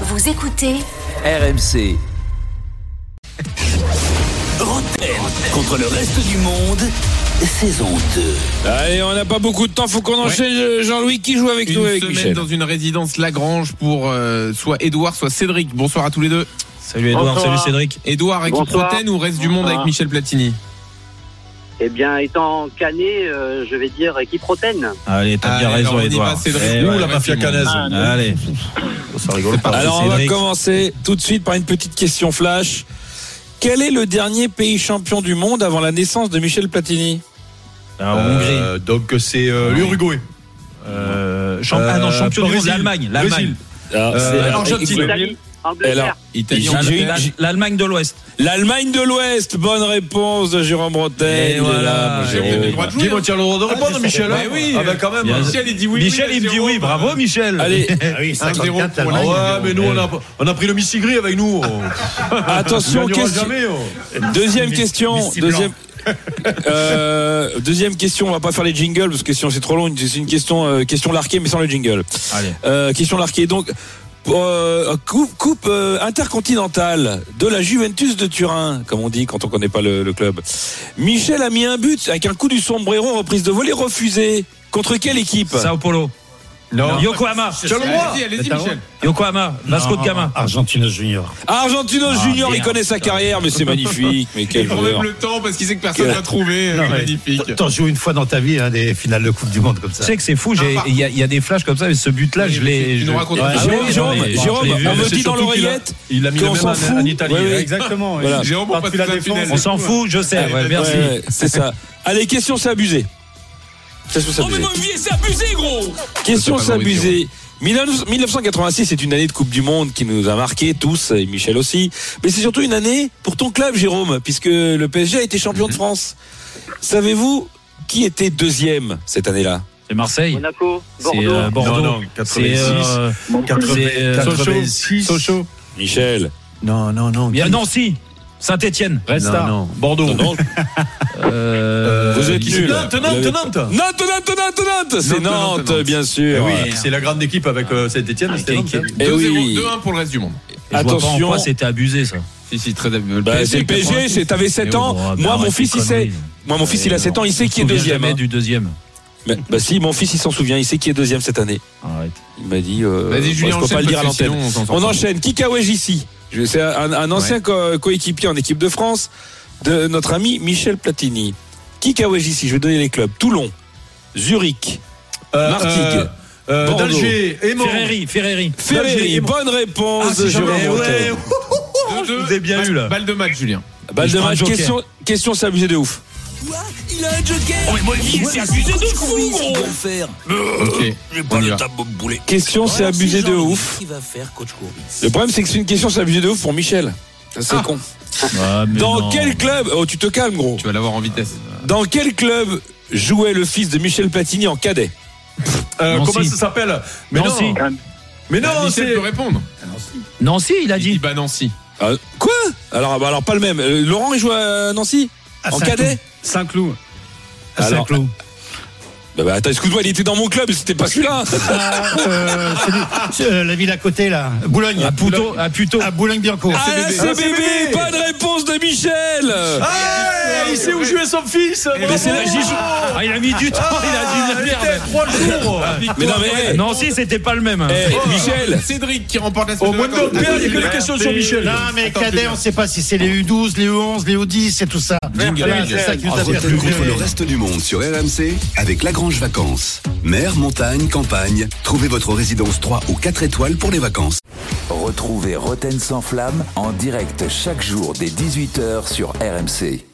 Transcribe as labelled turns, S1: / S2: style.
S1: Vous écoutez
S2: RMC. Rotten contre le reste du monde, saison 2.
S3: Allez, on n'a pas beaucoup de temps, faut qu'on enchaîne. Euh, Jean-Louis qui joue avec
S4: une
S3: nous, avec
S4: semaine
S3: Michel.
S4: dans une résidence Lagrange pour euh, soit Édouard, soit Cédric. Bonsoir à tous les deux.
S5: Salut Edouard,
S6: Bonsoir.
S5: salut Cédric.
S4: Édouard, équipe
S6: Bonsoir.
S4: Rotten ou reste du monde
S6: Bonsoir.
S4: avec Michel Platini
S6: Eh bien, étant cané, euh, je vais dire équipe rotaine.
S5: Allez, t'as bien
S4: Allez, alors,
S5: raison
S4: on y
S5: Edouard.
S4: va, Cédric.
S5: Eh
S4: Ouh,
S5: ouais, Ah,
S4: la mafia
S5: c'est bon.
S4: canaise.
S5: Allez. Ça rigole pas.
S3: Alors, on va
S5: Cédric.
S3: commencer tout de suite par une petite question flash. Quel est le dernier pays champion du monde avant la naissance de Michel Platini
S5: Ah, en Hongrie.
S7: Euh, donc c'est euh,
S5: Oui.
S7: l'Uruguay.
S5: Euh, champ- ah non,
S7: euh,
S5: champion du monde,
S7: Brésil.
S5: l'Allemagne. L'Allemagne.
S7: Brésil.
S2: Ah,
S8: Euh,
S7: c'est- alors, Argentine.
S3: écoute,
S6: Italie, Angleterre.
S4: Italie,
S5: L'Allemagne-
S3: J'ai-
S4: Angleterre.
S3: j'ai-
S5: L'Allemagne de l'Ouest.
S7: Ah,
S3: L'Allemagne de l'Ouest, bonne réponse de Jérôme Bretagne.
S5: Et
S3: Il est
S5: voilà,
S3: là, mon
S5: j'ai
S3: Jérôme.
S4: le droit de jouer.
S7: Dis-moi, tiens, le droit de répondre, Michel.
S4: Bah oui,
S7: ah bah quand même.
S5: Bien.
S4: Michel, il dit oui.
S5: Michel,
S4: oui,
S5: il me dit
S4: Jérôme.
S5: oui, bravo Michel.
S3: Allez,
S4: Un zéro pour
S7: Ah
S4: l'Allemagne.
S7: ouais, mais nous, on a, on a pris le Missigri avec nous.
S3: attention,
S7: on ne
S3: question-
S7: jamais. oh.
S3: Deuxième question.
S7: Messi
S3: Deuxième, Euh, deuxième question. On va pas faire les jingles parce que sinon c'est trop long. C'est une question, euh, question larquée mais sans le jingle.
S5: Allez.
S3: Euh, question larquée. Donc euh, coupe, coupe, euh, intercontinentale de la Juventus de Turin, comme on dit quand on connaît pas le, le club. Michel a mis un but avec un coup du sombrero, reprise de volée refusée. Contre quelle équipe
S5: Sao Paulo.
S7: Non.
S5: Yokohama.
S7: Tiens, le droit.
S4: Allez-y, allez-y, Michel.
S5: Yokohama. Vasco de Gama.
S9: Argentino Junior.
S3: Argentino
S5: Ah,
S3: Junior, il
S5: merde.
S3: connaît sa carrière, mais c'est magnifique. Mais
S4: Il
S3: quel
S4: prend
S3: joueur.
S4: même le temps parce qu'il sait que personne
S3: Quel-
S4: va trouver.
S9: Non,
S4: C'est
S9: mais-
S4: Magnifique.
S9: T'en joues une fois dans ta vie, hein, des finales de Coupe du Monde comme
S5: Tu
S9: ça.
S5: sais que c'est fou, j'ai- il y, a- il y a des flashs comme ça, mais ce but-là,
S4: Oui,
S5: je l'ai.
S4: tu nous
S5: je-
S4: racontes-
S5: Ouais,
S3: Ah,
S5: je l'ai-
S3: Jérôme,
S5: j'en ai-
S3: Jérôme,
S5: je l'ai vu.
S3: on me
S7: c'est
S3: dit dans
S7: surtout qu'il a-
S3: l'oreillette
S7: Il l'a mis
S3: qu'on
S7: le même
S3: s'en
S7: en,
S3: fout.
S7: en Italie.
S3: Ouais, ouais.
S7: Exactement.
S3: Voilà.
S4: Jérôme, on
S9: Parce
S4: passe
S9: que la
S4: à la
S9: défense-
S4: finale.
S5: On s'en fout, je sais. ouais, Ah bah, merci.
S3: Ah Ouais, ouais, c'est ça. Allez, question c'est abusé. Question
S5: Oh,
S3: c'est abusé.
S2: c'est abusé, gros
S3: Question
S7: C'est pas Mauricio.
S3: s'abuser. 1986 c'est une année de Coupe du Monde qui nous a marqué tous et Michel aussi. Mais c'est surtout une année pour ton club Jérôme puisque le PSG a été champion de
S7: Mhm.
S3: France. Savez-vous qui était deuxième cette année-là
S5: C'est Marseille.
S6: Monaco,
S5: C'est
S6: Bordeaux.
S5: euh, Bordeaux.
S7: Non, non,
S5: c'est
S7: 86.
S5: euh, c'est, euh,
S7: 86.
S5: Sochaux.
S3: Michel.
S9: Non, non, non.
S5: Il y a- Non, si. Saint-Etienne. Resta.
S9: Non, non.
S7: Bordeaux.
S3: Non,
S5: Euh,
S3: vous êtes nuls.
S7: Nantes, Nantes, Nantes.
S3: Nantes, Nantes, Nantes, Nantes. C'est
S7: Nantes, Nantes,
S3: Nantes,
S7: Nantes.
S3: bien
S7: Eh
S3: sûr.
S7: oui, c'est la grande équipe avec euh, Saint-Etienne. c'était Nantes, hein.
S3: Eh
S4: 2-0,
S3: oui.
S4: 2-1 pour le reste du monde.
S5: Je vois pas en
S3: Attention.
S5: quoi c'était abusé ça. oh,
S4: Si, si, très abusé.
S3: Bah, c'est le PSG, c'est- t'avais 7 ans. Moi, mon fils, il sait. Moi, mon fils, il a 7 ans, il sait qui est deuxième.
S5: Jamais
S3: hein.
S5: du deuxième.
S3: Bah, bah, si, mon fils, il s'en souvient, il sait qui est deuxième cette année.
S5: Arrête.
S3: Il m'a dit. euh, bon,
S4: Vas-y, Julien,
S3: je peux pas le dire à
S4: parce que
S3: l'antenne.
S4: sinon, on s'en sort
S3: On
S4: pas.
S3: enchaîne. Kikawej ici. Je- C'est un, un ancien co- coéquipier en équipe de France de notre ami Michel Platini. Kikawej ici. Je vais donner les clubs. Toulon, Zurich,
S7: Euh,
S3: Martigues.
S7: euh, euh,
S3: Bordeaux.
S7: D'Alger. Aimant.
S5: Ferreri, Ferreri.
S3: Ferreri.
S7: Alger,
S3: Bonne
S5: Ah,
S3: réponse de
S7: Eh
S3: Jérôme
S7: ouais,
S3: Rotel.
S4: Deux-deux.
S7: vous ai bien
S4: Balle-
S7: eu, là.
S4: Balle de match, Julien.
S3: Balle
S5: Je
S3: de
S5: prends un
S3: match.
S5: joker.
S3: Bah, Question, question c'est abusé de ouf.
S2: Il a un joker Oh, mais moi, il s'est abusé de fou, gros
S4: Ok.
S2: J'ai
S4: On
S2: pas
S4: y
S2: le
S4: va.
S2: tableau de boulet.
S3: Question c'est abusé de ouf.
S2: Qui va faire, coach Courbis
S3: Le problème c'est que c'est une question c'est abusé de ouf pour Michel. Ça, C'est
S4: Ah.
S3: con.
S5: Ah, mais
S3: Dans
S5: non.
S3: quel club Oh tu te calmes gros.
S4: Tu vas l'avoir en vitesse.
S3: Dans quel club jouait le fils de Michel Platini en cadet
S7: Euh,
S5: Nancy.
S7: Comment ça s'appelle Mais non.
S5: Nancy.
S7: Mais non,
S4: Michel
S7: c'est.
S4: peut répondre.
S5: Nancy, il a
S4: Il dit
S5: dit.
S4: bah Nancy.
S3: Ah, Quoi alors, ah bah, alors pas le même. Euh, Laurent il joue à Nancy En cadet
S9: Saint-Cloud. À
S3: Alors-
S9: Saint-Cloud.
S3: Bah, bah, attends, excuse-moi, il était dans mon club, c'était pas celui-là.
S9: Ah, euh, c'est du- euh, la ville à côté, là. Boulogne.
S5: À Puto, à Puto.
S9: À Boulogne-Biancourt.
S3: Ah, la
S7: CBB.
S3: CBB,
S7: Ah,
S3: bonne réponse de Michel.
S7: Ah, il sait où jouait son fils. bravo.
S3: c'est la- j'y joue.
S5: Ah, il a mis du temps, il a dit
S7: Ah,
S5: la
S7: il
S5: merde. Eh,
S7: était trois jours. Ah, Oh.
S3: Mais non, mais hey,
S5: Nancy, c'était pas le même. hein.
S3: hey, Michel,
S4: Cédric qui remporte la
S7: Au
S4: semaine
S7: moins de
S4: vacances.
S7: père, il n'y a que des questions sur Michel.
S9: Non, mais
S4: Attends,
S9: cadet,
S4: Julien.
S9: on sait pas si c'est les U12, les U11, les U10 et tout ça.
S4: Jingle,
S9: Voilà,
S4: jingle.
S9: c'est ça qui nous a fait
S8: Rotten contre
S9: rigoler.
S8: le reste du monde sur RMC avec Lagrange Vacances. Mer, montagne, campagne, trouvez votre résidence 3 ou 4 étoiles pour les vacances.
S2: Retrouvez Roten sans flamme en direct chaque jour dès 18h sur RMC.